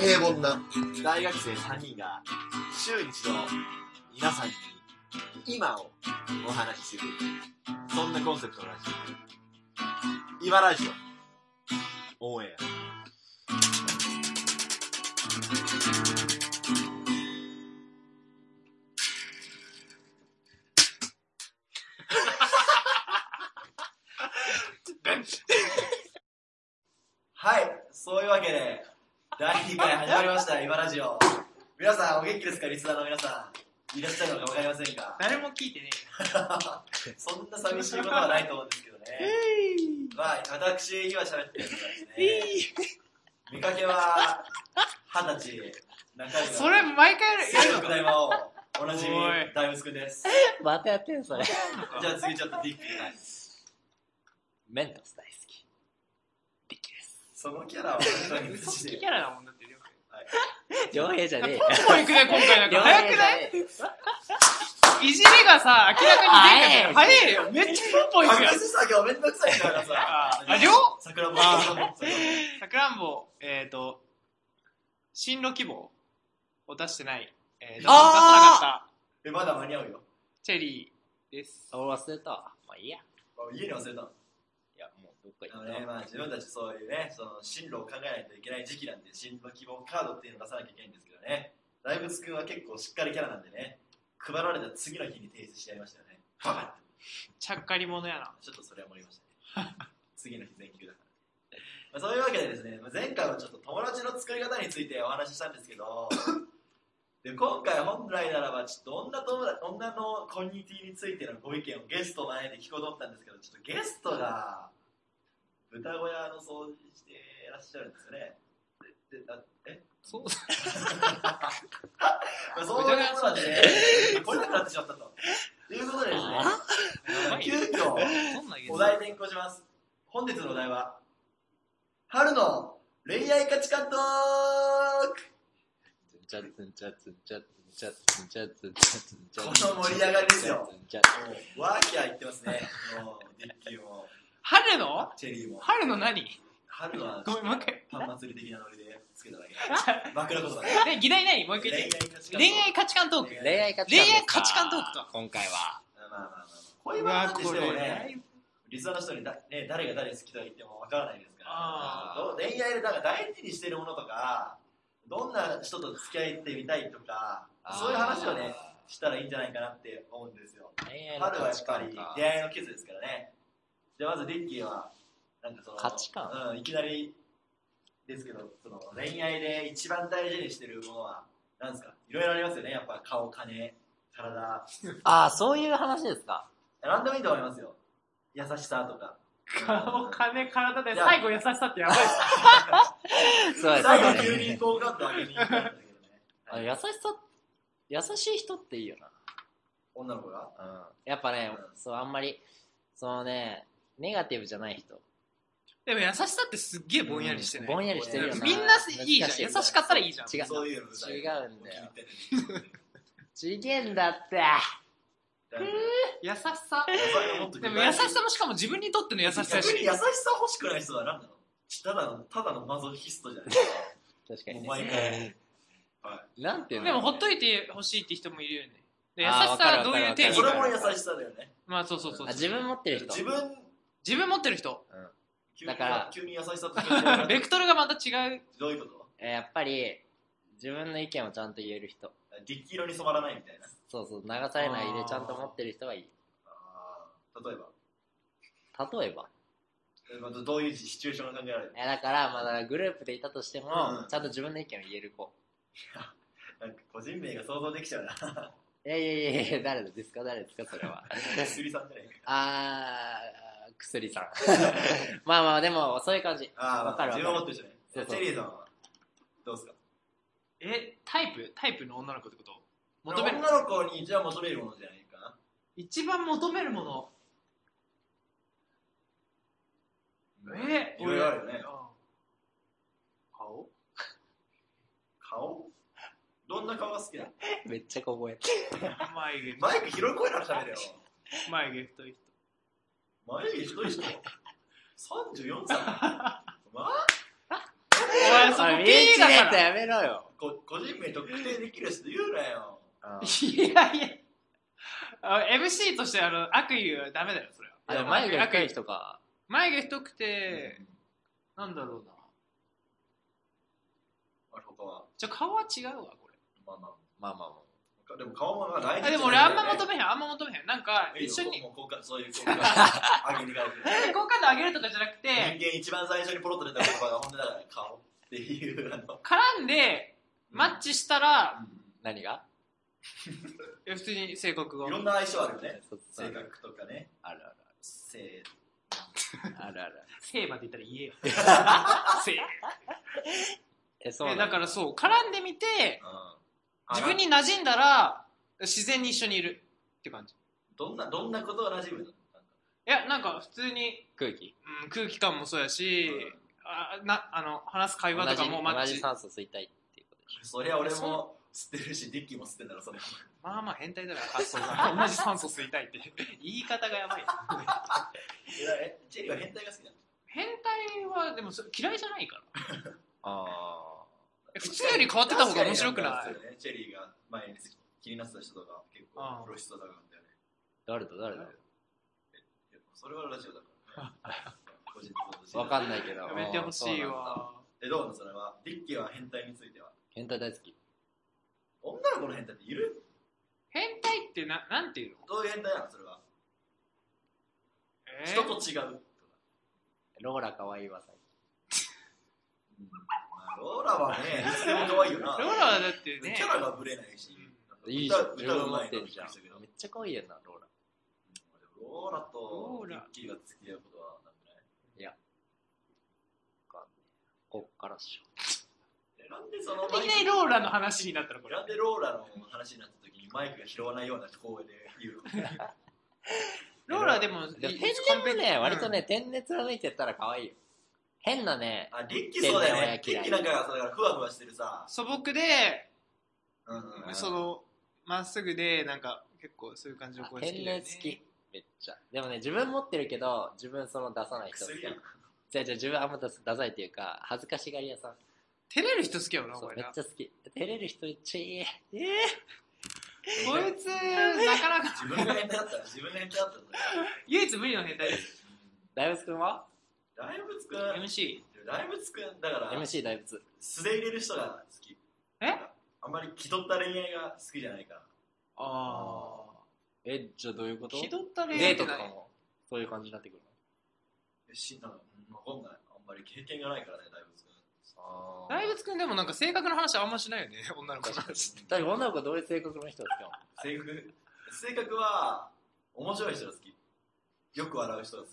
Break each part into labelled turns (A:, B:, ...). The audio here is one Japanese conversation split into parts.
A: 平凡な。
B: 大学生3人が週に一度皆さんに今をお話しするそんなコンセプトのラジオ今ラジオオンエアはいそういうわけで第2回始まりました今ラジオ皆さんお元気ですかリスナーの皆さんいらっしゃるのか分かりませんが
C: 誰も聞いてね
B: そんな寂しいことはないと思うんですけどね。まあ、私、今喋ってるのは
C: え
B: ですね、見かけは二十歳、中身
C: それ毎回やる
B: の大魔王、おなじみ
C: おい、
B: 大仏くんです。
D: またやってんそれ。
B: じゃあ次ちょっとディッキーない。
D: メントス大好き。
B: そのキャラは本当に
C: 嘘つ
B: 無
C: き
B: で
C: キャラだもんだって
D: 両平じゃ
C: ポン
D: ねえ。
C: ポン行くね今回なんか早くない
D: い
C: いじりがさ明らかに出てるから
D: 早い
C: 早いよめっちゃポンポン行くよ
B: 隠し作業めんどくさいからさ
C: あ。あ両
B: 桜も
C: あ
B: そう
C: さくらんぼえっ、ー、と進路希望を出してない、えー、出さな
D: あー
C: かっ
B: え、まだ間に合うよ。
C: たチェリーです
D: 俺忘れたわ。まあいいや。
B: まあ家に忘れたの。
D: いや、もうどっか
B: あ
D: 行
B: の
D: った
B: ね
D: わ。
B: まあ、自分たちそういうね、その進路を考えないといけない時期なんで、進路希望カードっていうのを出さなきゃいけないんですけどね、大仏君は結構しっかりキャラなんでね、配られた次の日に提出しちゃいましたよね。バカって
C: ちゃっかり者やな
B: ちょっとそれは思いましたね。 次の日全休だから。まあ、そういうわけでですね、まあ前回はちょっと友達の作り方についてお話ししたんですけ ど、で今回本来ならば、ちょっと女友達女のコミュニティについてのご意見をゲストを前で聞こうと思ったんですけど、ちょっとゲストが豚小屋の掃除してらっしゃるんですよね。でであえ
C: そう
B: まあ、そういうことなんで、 ね、来れなくなってしまったと。ということでですね、
C: あ
B: 急遽、
C: どんなゲ
B: お題転向します。本日のお題は、春の恋愛価値観トー
D: つんちゃつんちゃつんちゃつんちゃつんちゃつんちゃつんちゃ
B: この盛り上がりですよ。
D: つんちゃ
B: クわーきゃ言ってますね。もう、ディッキーも、
C: 春の
B: チェリーも。
C: 春の何
B: 春は、
C: ごめんもう一回
B: パン祭り的なノリでつけただけ。枕言葉だね。
C: え議題何もう一回
B: 恋
C: 言っ
B: 愛
C: て
B: 価値観
C: 恋愛価値観トーク
B: 恋
D: 恋愛価値
C: 恋
D: 観
C: 愛価値観トークか
D: 今回は。
B: まあまあまあまあ。こういう場にしても
C: うわ
B: ね
C: こ、れ
B: リスナーの人にだ、ね、誰が誰好きとは言ってもわからないですから
C: あ
B: どう恋愛でなんか大事にしてるものとかどんな人と付き合ってみたいとかそういう話をねしたらいいんじゃないかなって思うんですよ
D: 恋愛の
B: 春は
D: 価
B: や
D: 値
B: っぱ
D: 観
B: り
D: か
B: 出会いの季節ですからねじゃあまずディッキーはなんかその
D: 価値観
B: うん、いきなりですけどその恋愛で一番大事にしてるものはなんですかいろいろありますよねやっぱ顔金体
D: ああ、そういう話ですか。
B: 何でもいいと思いますよ優しさとか
C: 顔金体で
B: いや
C: 最後優しさってやばいっす
D: そうです
B: 最後
D: よ
B: 急
D: ね。
B: にこうガッと上げに行ったんだけどね
D: あ優しさ、優しい人っていいよな。
B: 女の子が
D: うんやっぱね、そう、あんまり、そのね、ネガティブじゃない人。
C: でも優しさってすっげえぼんやりしてない、
D: ぼんやりしてるよな。
C: みんないいじゃん
D: 難し
C: 優しかったらいいじゃん
D: 違う。
B: そういうの
D: 違うんだよ
B: 気に入ってる
D: ちげんだって。
B: だからね
C: 優しさ
B: もっと
C: でも優しさもしかも自分にとっての優しさや
B: 逆に
C: し
B: 優しさ欲しくない人は何なのただのただのマゾヒストじゃ ない
D: 確かに
B: もう
D: ね。
B: 毎回
D: なんてい
C: で
D: うの
C: もほっといてほしいって人もいるよねで優し
D: あー
C: さはどういう定義
B: そ
D: わ
B: れ
D: かるわ
B: も
D: か
B: 優
D: る
B: しさだよね
C: まあそうそうそう
D: あ自分持ってる人。
B: 自分
C: 自分持ってる人
B: 急に
D: だから
B: 急に優しさって言われ
C: ベ
B: て
C: クトルがまた違う
B: どういうこと
D: えーやっぱり、自分の意見をちゃんと言える人。
B: ディッキ色に染まらないみたいな
D: そうそう、流されないでちゃんと持ってる人がいい。
B: あー例えば
D: 例えば。
B: えまあどういうシチュエーションが考えられる
D: えーだから、まだグループでいたとしても
B: う、ん
D: ちゃんと自分の意見を言える子。
B: なんか個人名が想像できちゃ うな
D: いやいやいやいや、誰ですか誰ですかそれは。
B: すりさんじゃない
D: あー、薬さん。まあまあ、でも、そういう感じ。
B: あー
D: わかるわか
B: 自
D: る
B: 分を持ってるじゃないじゃあ
D: そ
B: チ
D: うそう
B: ェリーさんはどうですか
C: えタイプタイプの女の子ってこと求める
B: 女の子にじゃあ求めるものじゃないかな
C: 一番求めるものえ
B: いろいろあるよね
C: 顔
B: 顔どんな顔が好きなの
D: めっちゃ小声。
C: 眉毛
B: マイク広い声なら喋れよ
C: 眉毛太い人
B: 眉毛太い人34歳まあ
C: お前そこ
D: おい身
C: P だ
D: 内ネ
C: か
D: タ
C: ら
D: やめろよ。
B: こ個人名特定できる人言うなよ。
C: いやいやあ MC としてあの悪意はダメだよそれは
D: あでも眉毛深い人か。
C: 眉毛太くて、なんだろうな
B: あれ他は、
C: じゃあ顔は違うわこれ
B: まあま
D: まあまあま
B: あ、でも顔も来年
C: あでも俺あんま求めへんあんま求めへんなんか
B: いい
C: 一
B: よ
C: 緒に
B: もう好感そういう 好感度上げに行かれて
C: 好感度上げるとかじゃなくて
B: 人間一番最初にポロッと出た言葉が本音だから顔っていうあの
C: 絡んでマッチしたら、
D: あ。何が
C: いや普通に性格が
B: いろんな相性あるよね
D: そうそう
B: 性格とかね
D: あるある
B: 性
D: ある。あるあ る。
C: 性まで言ったら言えよ 性
D: え、そうな
C: え
D: ん
C: だからそう絡んでみて
B: うん
C: 自分に馴染んだら自然に一緒にいるって感じ
B: どんなどんなことが馴染むの
C: いやなんか普通に、
D: 空気。
C: うん、空気感もそうやし、あなあの話す会話とかもマ
D: 同
C: ッ
D: じ
C: チ
D: 酸素吸いたいっていうことでし
B: そりゃ俺も
C: そ
B: 吸ってるしディッキーも吸ってんだろそれ
C: まあまあ変態だから発想 が同じ酸素吸いたいって言い方がやばい
B: えジェリーは変態が好きなの
C: 変態はでもそれ嫌いじゃないから
D: ょ。あ
C: え普通より変わってた方が面白くない
B: 確かにんかそうよねチェリーが前に気になってた人とか結構露出とかなんだよね
D: ー。誰と誰だ
B: いやそれはラジオだ からね個人と
D: わかんないけど。
C: やめてほしい
D: そうなんだ。
C: わ
B: えどうなのそれはディッキーは変態については
D: 変態大好き。
B: 女の子の変態っている
C: 変態ってななんていうの
B: どういう変態なのそれは、
C: えー
B: 人と違うとか、
D: ローラ可愛いわ、最
B: まあ、ローラはねいつでも可愛いよな
C: ローラはだってね
B: キャラがぶれないし
D: 近。いいじゃん。
B: 歌歌うまい
D: って
B: の
D: るじゃん
B: びっくりしたけど。
D: めっちゃ可愛いやんな、ローラ。
B: ローラと
C: ロー
B: ディ
C: ラ
B: ッキーが付き合うことはなくない
D: こっからっしょ。
B: えなんでその
C: いきなりローラの話になったらこれ
B: なんでローラの話になった時にマイクが拾わないような声で言うの
C: ローラでも
D: でも
C: いい
D: 天然もね、割とね、天然貫いてったら可愛いよ。変なね、
B: あディッキーそうだよねデ
D: 嫌
B: ィ
D: い
B: ッキーなんかがそうだからふわふわしてるさ、
C: 素朴で
B: うんうん
D: うん
C: そのまっすぐでなんか結構そういう感じの
D: あ
C: 子が好
D: 天
C: きだよ
D: 然
C: ね
D: 好き。めっちゃ。でもね、自分持ってるけど、自分その出さない人。
B: 薬やん
D: じゃじゃ自分あんま出さないっていうか、恥ずかしがり屋さん。
C: 照れる人好きやろな
D: そ
C: こ
D: う
C: れ
D: めっ
C: な
D: ちゃ好き。照れる人めっちゃいい。えー
C: こいつなかなか
B: 自分が変態だったら自分が変態だったら
C: 唯一無二の変態です
D: 大仏くんは
B: 大仏くん
C: MC
B: 大仏くんだから
D: ?MC 大仏。
B: 素で入れる人が好き
C: え
B: あんまり気取った恋愛が好きじゃないから
C: あ
D: え、じゃあどういうこ
C: あ
D: と
C: 気取った例
D: デートとかも、そういう感じになってくるの
B: えしなんかうんわかんないあんまり経験がないからね大仏くん
D: あ
C: 大仏くんでもなんか性格の話あんましないよね女の子の話
D: だって女の子どういう性格の人ですか
B: 性格性格は面白い人が好きよく笑う人が好き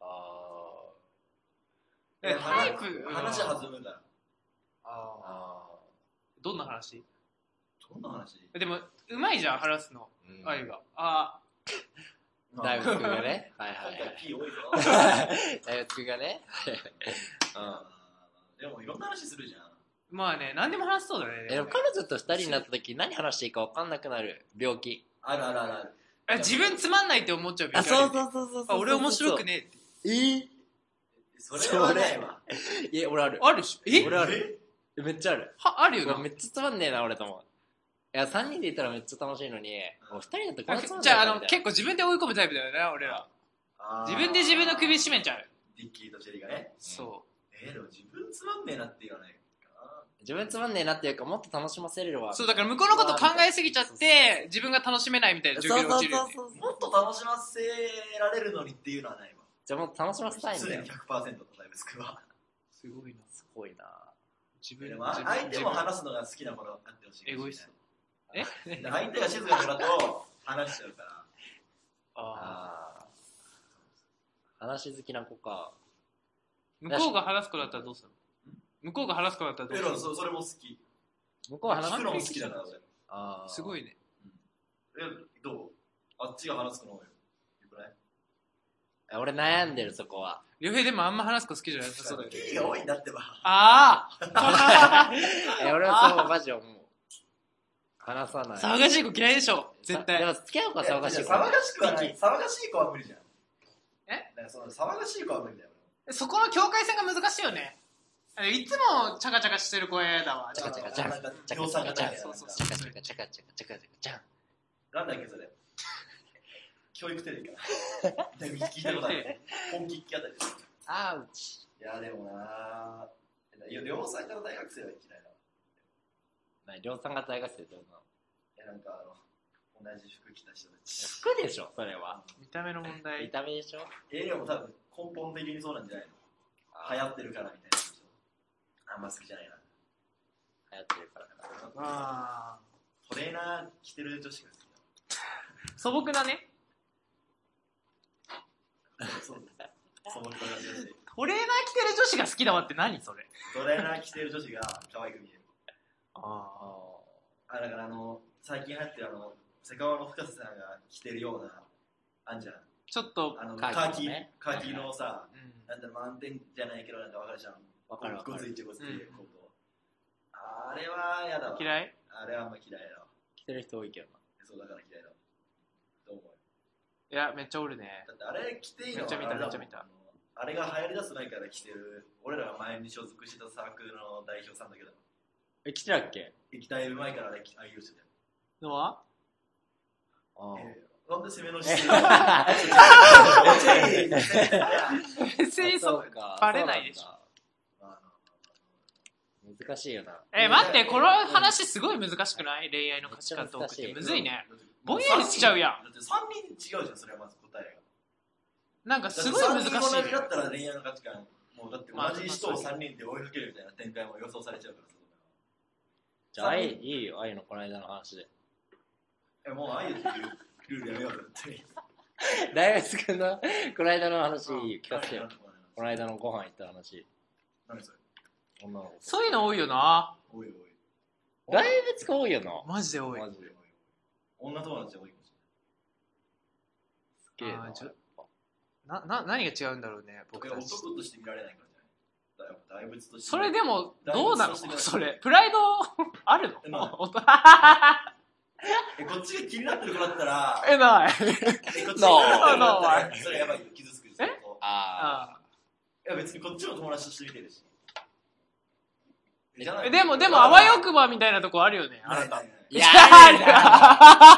D: あ
C: え
B: で話
C: タイプは
B: 話弾むんだら
D: ーあ
C: どんな話
B: どんな話
C: でもうまいじゃん話すの
D: ー。うん
C: 愛があ
D: 大
B: まあ
D: 仏くんが ね。はいは
B: 今
D: いは
B: 回
D: い。
B: P 多い ぞ
D: 大仏くんがね。うん。
B: あーでもいろんな話するじゃん
C: ーまあね何でも話しそうだね
D: え、でも彼女と二人になった時何話していいか分かんなくなる。病気。
B: あるあるあるある
C: え自分つまんないって思っちゃう
D: あ、そう
C: う
D: そうそうそうそう。
C: あ俺面白く
D: ね。
C: ねえって
D: えー
B: それはないわ
D: いや、俺ある。
C: あるしえ
D: 俺ある。
B: え
D: めっちゃある。
C: はあるよ
D: うわ
C: な
D: めっちゃつまんねえな、俺とも。いや、3人でいたらめっちゃ楽しいのに、もう2人だとこんなつまんね
C: じ
D: え
C: ゃあ
D: な
C: あの
D: みたい
C: 結構自分で追い込むタイプだよね俺ら
B: あー
C: 自分で自分の首絞めちゃう
B: ディッキーとジェリーがね
C: そ
B: えー、でも自分つまんねえなって言わないかな
D: な自分つまんねえなっていうか、もっと楽しませれるわ。
C: うそうだから向こうのこと考えすぎちゃって自分が楽しめないみたいな状況に
D: そう
C: 陥る
D: そ
C: よ
D: う
C: ね
D: そうそう。
B: もっと楽しませられるのにっていうのはないわ
D: じゃあもっと楽しませたいん
B: 常
D: だよ
B: に100%。のタイプスクは
C: すごいな
D: すごいな
C: 自分
B: でもあ相手も話すのが好きなものあってほしい
C: エゴイス
B: え相手が静かだと話しちゃうから
C: あ
D: あー話好きな子か。
C: ー向こうが話す子だったらどうする向こうが話す子だったらどう
B: エ
C: する
B: ロそそれも好き
D: 向こうは話
B: 聞
D: す
B: くのも好きだから俺
D: あー
C: すごいね
B: えどうあっちが話すの方がよくない
D: え俺悩んでる、そこは。
C: 両平でもあんま話す子好きじゃないですか
B: そうだよ P が多いんだってば
C: ああ
D: え俺はそう、マジ思う。話さ ない。
C: 騒がしい子嫌いでしょ絶
D: で
C: 対
D: も付き合う子は騒がしい
B: い
D: 子
B: や騒がしくはない騒がしい子は無理じゃん
C: え
B: だからその騒がしい子は無理だよ
C: そこの境界線が難しいよねえいつもチャカチャカしてる声だわ。
D: チャカチャカチャカチャカチャ
B: 量
D: カチ
B: 産
D: ャカ
B: が
D: チャ
B: 高
D: カ
B: い
C: そ
B: よ
C: うそう
D: チ
C: そ
D: ャ
C: う
D: カチャカチャカチャカチャカチャン
B: なんだっけそれ教育テレビかな聞いたことある本気聞きあたりです
D: アウチ
B: いやでもないや量産家の大学生は嫌いだわ
D: な量産型大学生ってこ
B: い
D: と
B: やなんかあの同じ服着た人たち
D: 服でしょそれは
C: 見た目の問題
D: 見。た目でしょ
B: 栄養も多分根本的にそうなんじゃないの流行ってるからみたいな人あんま好きじゃないな
D: 流行ってるから
C: あ
B: トレーナー着てる女子が好き
C: ー素朴なね、
B: だそうですその人が女子
C: トレーナー着てる女子が好きだわって何それ。
B: トレーナー着てる女子が可愛く見える
C: あ
B: あだからあの最近流行ってるあのセカオワの深瀬さんが着てるようなあんじゃん
C: ちょっと、
B: あのカ
D: カ
B: ー
D: ー
B: キ
D: キ
B: ー
D: の
B: の,、
D: ね
B: カーキーのさ、
C: うん
B: なんだろう満点じゃないけどなんか分かるじゃん
D: わかるわか
B: ごつ
D: る
B: いちごついコートあれは嫌だわ
C: 嫌い
B: あれはあんま嫌いだわ
D: 着てる人多いけどな
B: そうだから嫌いだわどう思う
C: いや、めっちゃおるね。
B: だってあれ着ていいの
C: めっちゃ見た
B: あれだもん
C: めっちゃ見た
B: あれが流行りだす前から着てる俺らが前に所属してたサークルの代表さんだけど
D: え着てたっけ
B: 液体うまいからあれああいう人だよ
C: のは
D: あ
B: えーなんで攻めの姿勢
D: あ
B: いや
C: 別にそう。バレないでしょ
D: ょ
B: あの
D: 難しいよな
C: え、待って、この話すごい難しくない恋愛の価値観トークって。むずいね。ぼんやりしちゃうやん
B: だって3人違うじゃんそれはまず答えが
C: なんかすごい難しい
B: だって三人同じだ
C: ね。
B: ったら恋愛の価値観もうだって
C: まあ
B: 同じ人を3人で追いかけるみたいな展開も予想されちゃうからさ
D: じゃああいいいよあゆのこの間の話で
B: えもうああいうルールやめようよって
D: 大学君のこの間の話いいよ聞かせてよこの
B: 何
D: 間のご飯行った話
B: それ
D: 女の子
C: そういうの多いよな。
B: おいおい
D: だいぶ使おうよな
C: マジで多い。
D: マ
B: おい
D: ジ
B: おい
D: で
B: おい女友達多いかもし
D: すげえな
C: あーちょな、な、何が違うんだろうね、
B: れ
C: 僕
B: ない
C: た
B: 俺
C: ちと。
B: 男として見られないからじゃないだいぶとして
C: それでも、どうな
B: だいぶそ
C: の
B: うしてください
C: それ。プライド、 ある
B: えな
C: の
B: い
C: おと
B: えこっちが気になってる子だったら
C: え、ない。
B: えこっちが気になってる子だったら
C: なあ
B: それやばいよ傷つくよその子
D: あ
C: あ
B: いや別にこっちも友達として見てるしじゃな
C: ー
B: い
C: えでも、でも、あわよくばみたいなとこあるよね、
B: な
C: あない
B: な
C: た
B: い。ない
D: ーいや
C: な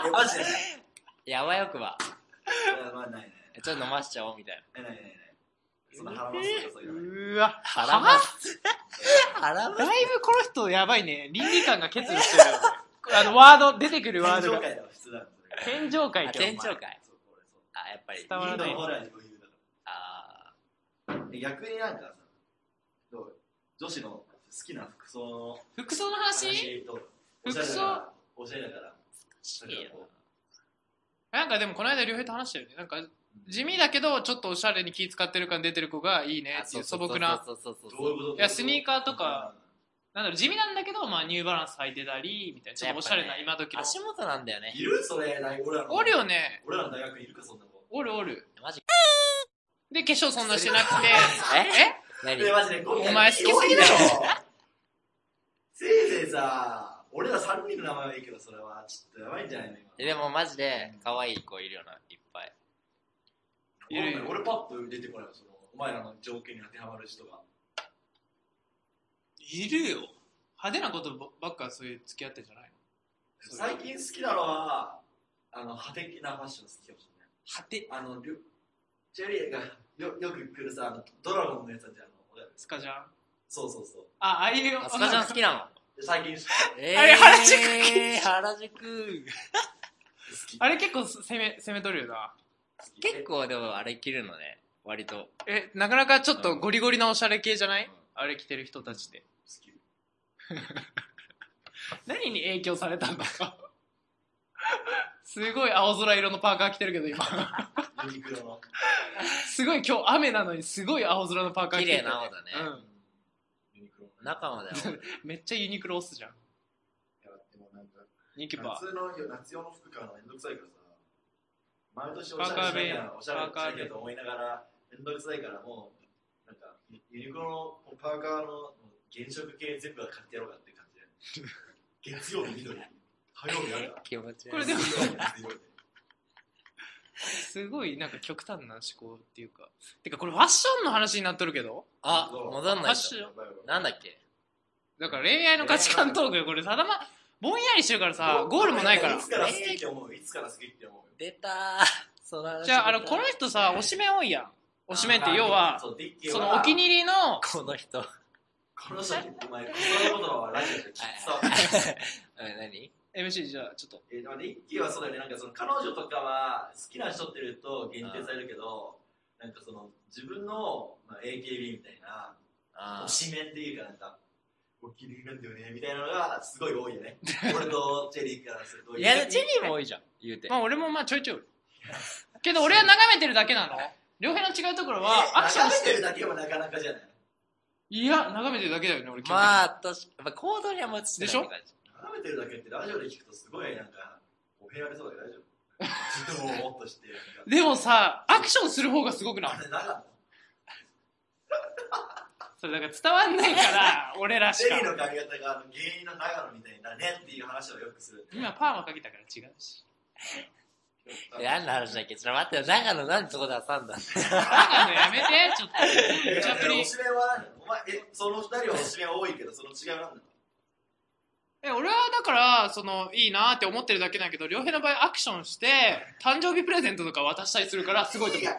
C: い
B: えマジでない
D: いやばよくば
B: いやまあないない
D: ちょっと飲ましちゃおうみたいな
B: えないないないそんな腹回すとかそういうのないう
C: ーわ。
D: 腹
C: は
D: ば腹
C: だ
D: ば
C: いぶこの人やばいね。倫理観が欠如してるよね。あの、ワード、出てくるワ
B: 天
C: ード
B: 上
C: が。
B: 界だわ普通だわそれ
C: 天上界
D: あ
C: ってお前
D: 店長会
B: そう俺そう
D: あやっぱり
C: 伝わらない
B: いいとこだよこういうの
D: あ
B: え逆になんかさどう女子の好きな服装の
C: 服装の話
B: 話どう
C: 服装
B: おしゃれだからおしゃれだから
D: ーいいよな
C: なんかでもこの間、両平と話したよね。なんか、地味だけど、ちょっとおしゃれに気使ってる感出てる子がいいねっていう素朴な。
D: そうそうそうそう
B: どういうこと
C: いやスニーカーとかなんだろう、地味なんだけど、まあ、ニューバランス履いてたり、みたいな。ちょっとおしゃれな、
D: やっ
C: 今時の。
D: 足元なんだよね
B: いるそれない俺らの
C: おるよね。
B: 俺らの大学いるかそんな子
C: おるおる。
D: マジ
C: で、化粧そんなしてなく て。え
D: 何
B: え、マジで、今回
C: お前好きすぎだろ
B: 弱いだろ。 せいぜいさ、俺ら3人の名前はいいけど、それはちょっとやばいんじゃないの
D: えでもマジで可愛い子いるよないっぱい
B: 今。
C: いるいる
B: 俺パッと出てこないわその、お前らの条件に当てはまる人が。
C: いるよ。派手なことばばっかそういう付き合ってんじゃないのそう
B: 最近好きなのは、あの、派手なファッション好きかもしれない。
C: 派手。
B: あの、りょチェリーがよよく来るさ、あのドラゴンのやつあんじゃん。あの俺
C: スカジャンあ、
B: そうそうそう。
C: ああいう。
D: あスカジャン好きなの
B: で最近好
D: えー、
C: あれ原宿
D: 原宿
B: き。
C: あれ結構攻め、攻めとるよな。
B: 好き
D: 結構でもあれ着るのね割と
C: え、なかなかちょっとゴリゴリなおしゃれ系じゃない、
D: うん
C: あれ着てる人たちって。
B: 好き。
C: 何に影響されたんだ すごい青空色のパーカー着てるけど今。
B: ユニクロの。
C: すごい今日雨なのにすごい青空のパーカー着
D: 綺
C: てる、
D: 麗な青だね、
B: ユニクロの。
D: 中まで青 だ
C: うん。めっちゃユニクロ押すじゃん。
B: いやでもなんか
C: ニキバ。
B: 夏の夏用の服買うのめんどくさいからさ毎年お
C: パ
B: し
C: ーカ
B: ゃれしなき
C: ーベイヤ
B: ゃ
C: ー
B: おしゃれ
C: パーカーベ
B: しな
C: イ
B: きゃと思いながらめんどくさいからもうなんかユユニクロのパーカーの原色系全部は買ってやろうかって感じ で月曜日緑火曜日なんか
D: 気持ち悪い
C: これでも
B: 水曜日水曜日
C: すごいなんか極端な思考っていうかてかこれファッションの話になっとるけど
D: あ
B: どう
D: 戻ん
C: フ
D: な
C: ァッ
D: い
C: シ
D: と
C: ョン
D: なんだっけ
C: だから恋愛の価値観トークよこれ定まぼんやりしてるからさゴールもないから
B: つから好きって思ういつから好きって思う
D: 出たーその話
C: じゃああの
D: 出た
C: この人さ推しメン多いやん推しメンって要は
B: そうディッキー
C: そのお気に入りの
D: この人
B: この人お前このことはラジオで聞いてさ
D: うん何
C: MC じゃあちょっと
B: えーでもディッキーはそうだよねなんかその彼女とかは好きな人ってると限定されるけどなんかその自分の、まあ、AKB みたいな
D: あ
B: 推
D: ー
B: しメンっていうかなんかお気に入りなんだよねみたいなのがすごい多いよ ね俺とチェリーからすると
D: いやチェリーも多いじゃん言うて
C: まあ俺もまあちょいちょい けど俺は眺めてるだけなの両平の違うところはアクションし
B: して
C: て
B: るだけはなかなかじゃない
C: いや眺めてるだけだよね俺基本
D: まあ確かまあ行動にはもう移してないって感じ
B: 眺めてるだけってラジオで聞くとすごいなんかお部屋でそうだよ大丈夫自分をもっとしてなんか
C: でもさアクションする方がすごくない
B: あれなかった
C: それだから伝わんないから 俺ら
B: チ
C: し
B: ェリー
C: か
B: の髪型があの芸人の長野みたいだねっていう話をよくする
C: 今パーマかけたから違うし
D: いや何の話だっけちょっと待ってよ長野何そこで挟んだ
C: 長野やめてちょっ
B: いやい
C: と
B: や
C: ちゃプ
B: お
C: リ
B: しめは何お前えその二人はおしめ多いけどその違いは何だ
C: え俺はだからそのいいなって思ってるだけだけど両平の場合アクションして誕生日プレゼントとか渡したりするからすごいと思う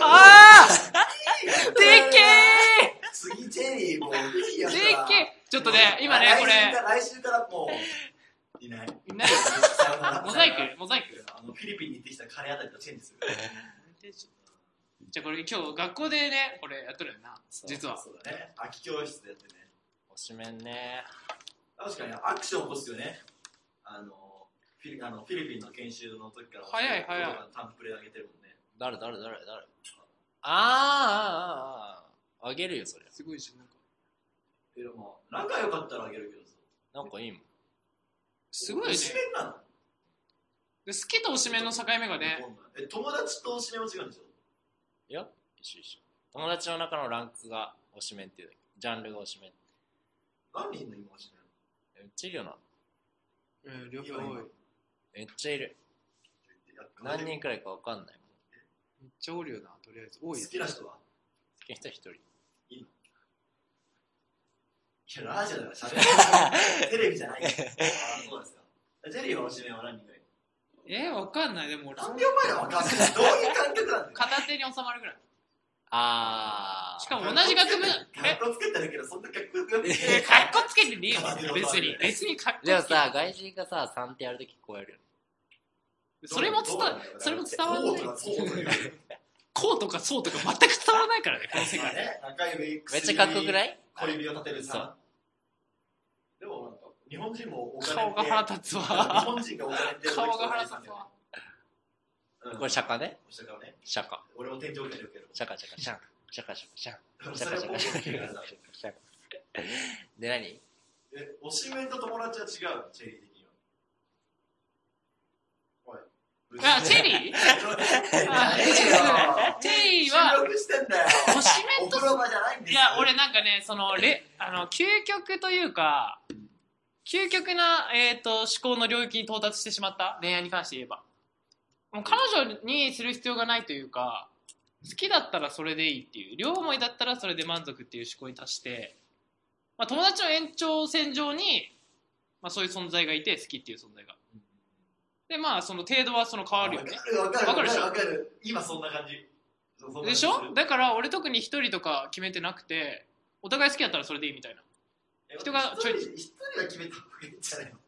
B: あ
C: あ
B: ー
C: ーでっけ
B: 次チェリーもういい
C: ー
B: や
C: でっ
B: さ
C: けーちょっとね今ねこ
B: 来週
C: れ
B: から来週からもういない
C: いない
B: さよなら
C: モザイ クモザイク
B: あのフィリピンに行ってきた彼あたりとチェンジする
C: じゃあこれ今日学校でねこれやっとるよな実は
B: そうだね空き教室でやってね
D: おしめんね
B: 確かにアクション起こすよねあのフィリあのフィリピンの研修の時から
C: 早い早い
B: タンプレ上げてるもんね
D: 誰誰誰誰あーあーあーあーあげるよそれ
C: すごいしなんか
B: けども仲良かったらあげるけどさ
D: なんかいいもん
C: すごいよ
B: お
C: ね
B: しめなの
C: で好きと推しメンの境目がね
B: え友達とおしめも違うんでしょ
D: いや一緒一緒友達の中のランクがおしめんっていうだけジャンルがおしめん
B: 何人いんの今おしめ
D: めっちゃいるよな
C: うん両
B: 方多い
C: めっ
D: めっちゃいる何人くらいかわかんないもん
C: ちゃおるよなとりあえず多
B: 好
C: い
B: きな人は
D: 好きな人一人
B: いやラジオだから喋る テレビじゃないからあそうですかジェリーはおしめは何人くらい
C: えー、わかんないでも俺
B: 何秒前は分かんないどういう感覚なんだよ
C: 片手に収まるぐらい
D: あー
C: しかも同じ学部え
B: 格好つけてるけどそんなかっこよくなくて
C: えかっこつけてねえよ別に別にかっこつけ
D: で
C: て
D: もさ外人がさ3ってやるときこうやるよね
C: それも伝わそれも伝わんないこうとかそうとか全く伝わらないからねこの世界
D: めっちゃかっこよくないい
B: 小指を立てる
D: そう
B: さでもなんか日本人もお金
C: 顔が腹立つ
B: 日
C: わ
B: 本人がお金って
C: 顔が腹立つわ
B: うん
D: これ釈迦ね
B: お釈迦ね
D: 釈迦
B: 俺も天井からよけど
D: 釈迦釈迦シャン釈迦釈迦シャン
B: そ
D: 釈
B: れ
D: 迦
B: は
D: 釈
B: もう
D: 迦
B: シ
D: 釈
B: ャカシャカ
D: 迦釈迦
B: だ
D: シャカで何
B: え、推しメンと友達は違うチェリー的には。おい。
C: あ チェリーあチェリーチェリーは
B: 収録してんだよ。
C: 推しメ
B: お
C: ンと
B: 風呂場じゃないんです
C: いや俺なんかねそのれあの究極というか究極な、えー、と思考の領域に到達してしまった恋愛に関して言えばもう彼女にする必要がないというか好きだったらそれでいいっていう両思いだったらそれで満足っていう思考に達して、まあ、友達の延長線上に、まあ、そういう存在がいて好きっていう存在がでまあその程度はその変わるよね
B: わかるわ
C: わ
B: かる
C: かる
B: わ
C: で
B: か
C: し
B: る
C: ょ
B: わかる。今そんな感じ。そそんな感じ
C: でしょだから俺特に一人とか決めてなくてお互い好きだったらそれでいいみたいな
B: え
C: 人が
B: 一
C: ちょい
B: 人一人が決めた方がいいんじゃないの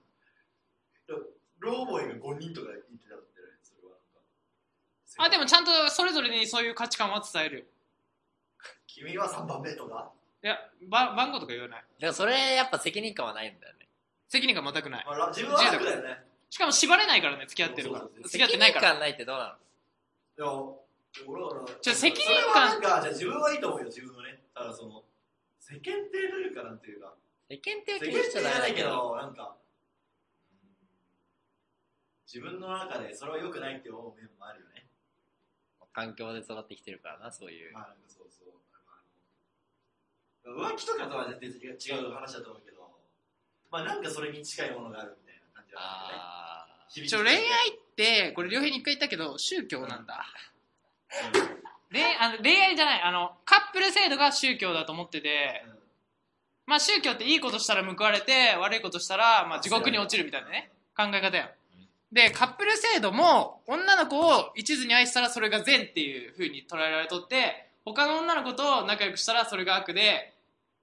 B: でもローボーイが5人とか言ってたってねそれはなんか
C: あでもちゃんとそれぞれにそういう価値観は伝えるよ
B: 君は3番目とか、
C: いやば番号とか言わない
D: でもそれやっぱ責任感はないんだよね
C: 責任感全くない
B: まあ、自分は楽だよね
C: しかも縛れないからね付き合ってるから
B: そうそうそう
C: 付き合ってないから
D: 責任感ないってどうなの
B: いや、俺は
C: じゃあ責任
B: それは
C: 感
B: なんか、じゃあ自分はいいと思うよ、自分のね。ただその、世間体というか、なんていうか。
D: 世間体
B: 世
D: を
B: 間体
D: 気にしち
B: じ
D: ゃ
B: ゃ
D: ダ
B: な
D: メ
B: い
D: だ
B: け
D: けど
B: ど、なんか、自分の中でそれは良くないって思う面もあるよね。
D: 環境で育ってきてるからなそういう
B: まあ、なんかそうそう。まああの浮気とかとは全然違う話だと思うけど、まあなんかそれに近いものがあるみたいな感じはあるよね。
D: あ
B: 響き
C: ちょ恋愛っってこれ両平に一回言ったけど宗教なんだ恋あの恋愛じゃないあのカップル制度が宗教だと思ってて、まあ、宗教っていいことしたら報われて悪いことしたら、まあ、地獄に落ちるみたいなね考え方よでカップル制度も女の子を一途に愛したらそれが善っていう風に捉えられとって他の女の子と仲良くしたらそれが悪で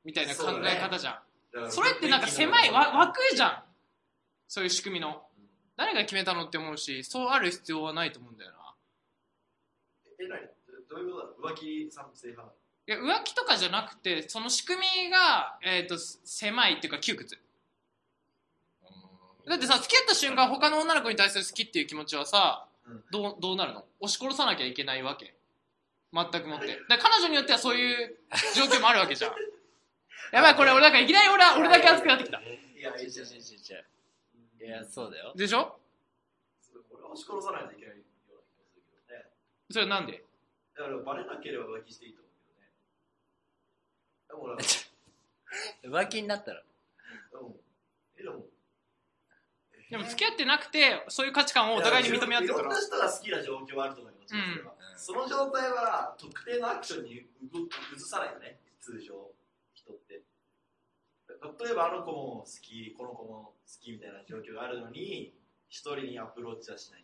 C: みたいな考え方じゃん
B: うん
C: それってなんか狭いわ枠じゃんそういう仕組みの誰が決めたのって思うしそうある必要はないと思うんだよな
B: え何どういうことだ浮気賛成派
C: いや浮気とかじゃなくてその仕組みが、えー、とす狭いっていうか窮屈だってさ付き合った瞬間他の女の子に対する好きっていう気持ちはさ、
B: うん
C: どうどうなるの押し殺さなきゃいけないわけ全くもってだから彼女によってはそういう状況もあるわけじゃ んやばいこれ俺なんかいきなり俺は俺だけ熱くなってきた
B: いやいやい
D: 違う違
B: や
D: う違う違ういやそうだよ
C: でしょ
B: 俺は押し殺さないといけないような気がするけどね
C: それなんで
B: だからバレなければ浮気していいと思うけどねでも俺 は
D: 浮気になったら
B: うんえでも
C: でも付き合ってなくてそういう価値観をお互いに認め合ってる
B: い
C: か
B: ろん
C: ら
B: な人が好きな状況はあると思いますよ、それは
D: うん
B: その状態は特定のアクションに移さないよね通常人って例えばあの子も好きこの子も好きみたいな状況があるのに一人にアプローチはしない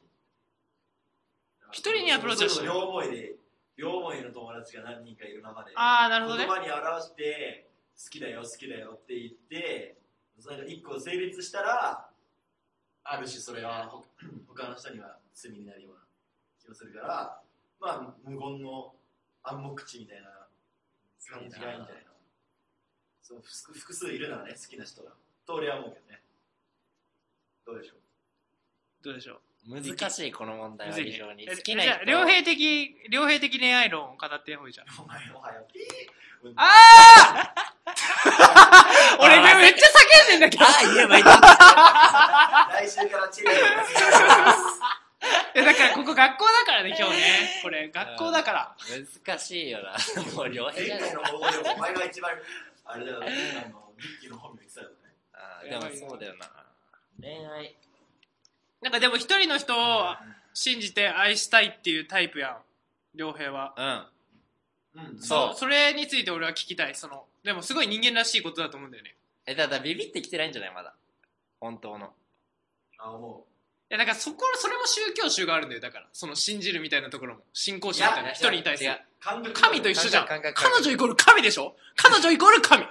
C: 一人にアプローチはしない
B: それこそ両思いで両思いの友達が何人かいる中で
C: ああなるほどね
B: 言葉に表して好きだよ好きだよって言ってそれが一個成立したらある種それはほ 他の人には罪になるような気がするからまあ無言の暗黙知みたいな感じがいいんじゃないのその複複数いるならね好きな人がと俺は思うけどねどうでしょう
C: どうでしょう
D: 難しいこの問題は非常に好
C: え
D: きな
C: じゃ
D: 人
C: あ両平的両平的恋愛論を語ってほいじゃん
B: お前おはようピー
C: ああ俺めめっちゃ叫んでんだけど
D: ああ言えばいいんだ
B: 来週からチェリーを出す
C: えだからここ学校だからね今日ねこれ学校だから
D: 難しいよなもう両平じゃ
B: 前
D: ない
B: 回の放送でもお前が一番あれだよねあのミッキーの本名言ってたよね
D: あーでもそうだよな恋愛
C: なんかでも一人の人を信じて愛したいっていうタイプやん両平は
D: うん
B: うん
D: そう
C: それについて俺は聞きたいそのでもすごい人間らしいことだと思うんだよね
D: えだだビビってきてないんじゃないまだ本当の
B: あ思
C: いやだからそこそれも宗教宗があるんだよだからその信じるみたいなところも信仰心みたい
B: い
C: な
B: や
C: 一人に対する
D: 違う
B: う感覚
C: 神と一緒じゃん
D: 感覚感覚
C: 彼女イコール神でしょ彼女イコール 神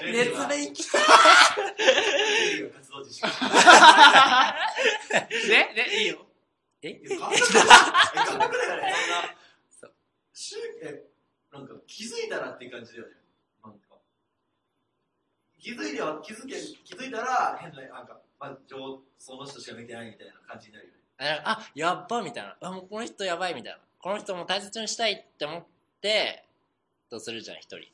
B: 熱で
D: 生きた
B: 活動自粛
C: ねねいいよ
D: え
B: いや感覚感覚だからねそんな宗えなんか気づいたらっていう感じだよねなんか気づいては気づけ気づいたら変ななんか、まあ、上その人しか見てないみたいな感じになるよね
D: ああやっばみたいなあもうこの人やばいみたいなこの人も大切にしたいって思ってとするじゃん一人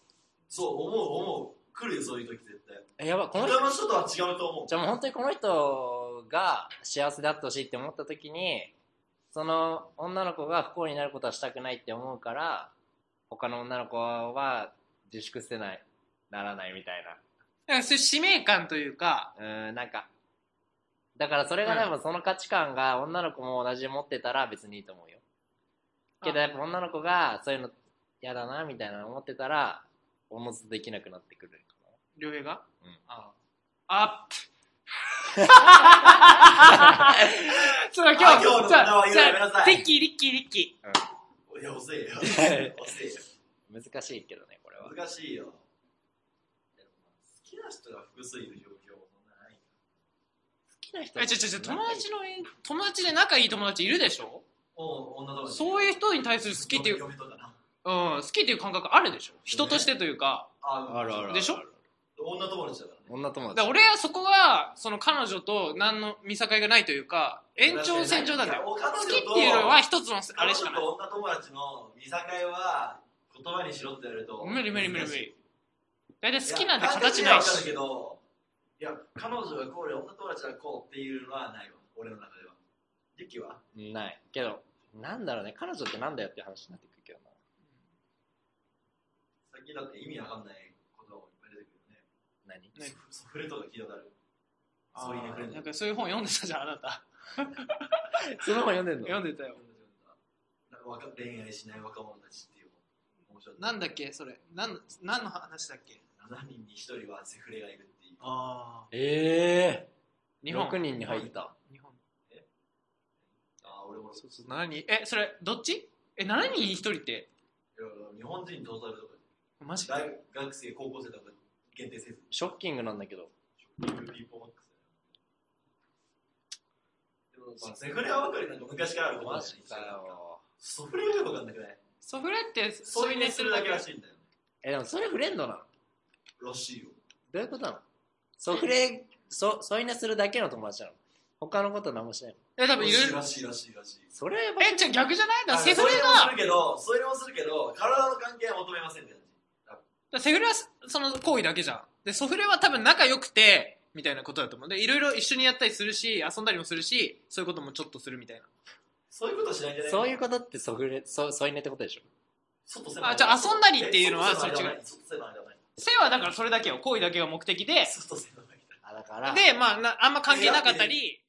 B: そう思う思う来るよそういう時絶対
D: あやばいこの人
B: 他の人とは違うと思う
D: じゃあもう本当にこの人が幸せであってほしいって思った時にその女の子が不幸になることはしたくないって思うから他の女の子は自粛せないならないみたいな
C: だからそういう使命感というか
D: うーん、なんか。だからそれがでもその価値観が女の子も同じ持ってたら別にいいと思うよ。けどやっぱ女の子がそういうの嫌だなみたいなの思ってたら、おのずとできなくなってくるか
C: 両平が、
D: うん
C: ああアップそうだ今
B: あ
C: 日
B: 今日の
C: じゃ
B: 女
C: あ
B: は言うのやめなさい
C: じゃあリッキーリッキーリッキ
B: いや遅いよ遅いよ
D: な。難しいけどね、これは。
B: 難しいよ。好きな人が複数いる状況もそんなない。
D: 好きな人
C: ーえちょちょちょ友達のえ友達で仲いい友達いるでしょ
B: お女同士。
C: そういう人に対する好きっていう、うん、
B: 嫁とかな。
C: 好きっていう感覚あるでしょ人としてというか
B: あ
D: あるあるある。
C: でしょ
B: 女友達だからね。
D: 女友
C: だから
D: 達。
C: 俺はそこはその彼女と何の見境がないというか延長線上なんだよ
B: 好
C: 好きっていうのは、一つのあれしかない
B: 女友達の見境は言葉にしろってやると。
C: 無理無理無理無
B: い
C: 理大体
B: や。
C: 好きなんて
B: 感
C: 形
B: 覚
C: ない
B: はわかる
C: し
B: けど、いや、彼女がこうで、女友達がこうっていうのはないわ。俺の中では。ユキは
D: ない。けど、なんだろうね、彼女ってなんだよっていう話になってくるけど
B: さっきだって意味わかんない言葉もいっぱい出てくるよね。
D: な。何
C: ね
B: ソフレとか聞いたことある。そう言ってくれるんだ
C: なんかそういう本読んでたじゃんあなた
D: その本読んでんの
C: 読んでたよ
B: なんか若恋愛しない若者たちっていう面白い
C: なんだっけそれなん何の話だっけ
B: 7人に1人はセフレがいるっていう
C: ああ
D: ええ
C: 日本
D: 6人に入った。
C: 日本
B: ああ俺も
C: そうそう7人えそれどっちえ7人に1人って
B: いや日本人トータルとか
C: マジか
B: 大学生高校生とか限定せず
D: ショッキングなんだけど。
B: ピーポーマックスでもまあセフレは分かるなんか昔からあることだよね
D: よ。
B: ソフレがよく分かんなくない
C: ソフレって
B: そ
C: そう
B: う
C: い
B: いうう
C: ネ
B: ね
C: す
B: す
C: る
B: る
C: だ
B: だ
C: け
B: け
C: ら
B: ら
C: しい
B: しいんだよね
D: え、でもそれフレンドなの
B: らしいよ
D: どういうことなのソフレ、そ、添い寝するだけの友達なの他のこと何もしないの
C: え多分いろいろ
B: らしいらしいらしい
D: それは
C: えじゃあ逆じゃないだからセフレ
B: それもす
C: が
B: るけどそれもするけど体の関係は求めませんって感じ
C: だからセフレはその行為だけじゃんでソフレは多分仲良くてみたいなことだと思うでいろいろ一緒にやったりするし遊んだりもするしそういうこともちょっとするみたい
B: そういうことしないんじゃない
D: そういうことってソフレ、そ添い寝ってことでしょ
B: 外
C: あじゃあ遊んだりっていうのは
B: そっち
C: そっちが
B: が外せばあれじゃない
C: な性はだからそれだけよ行為だけが目的で
B: 外せばあれじゃない
D: あ、だから、
C: でまあなあんま関係なかったり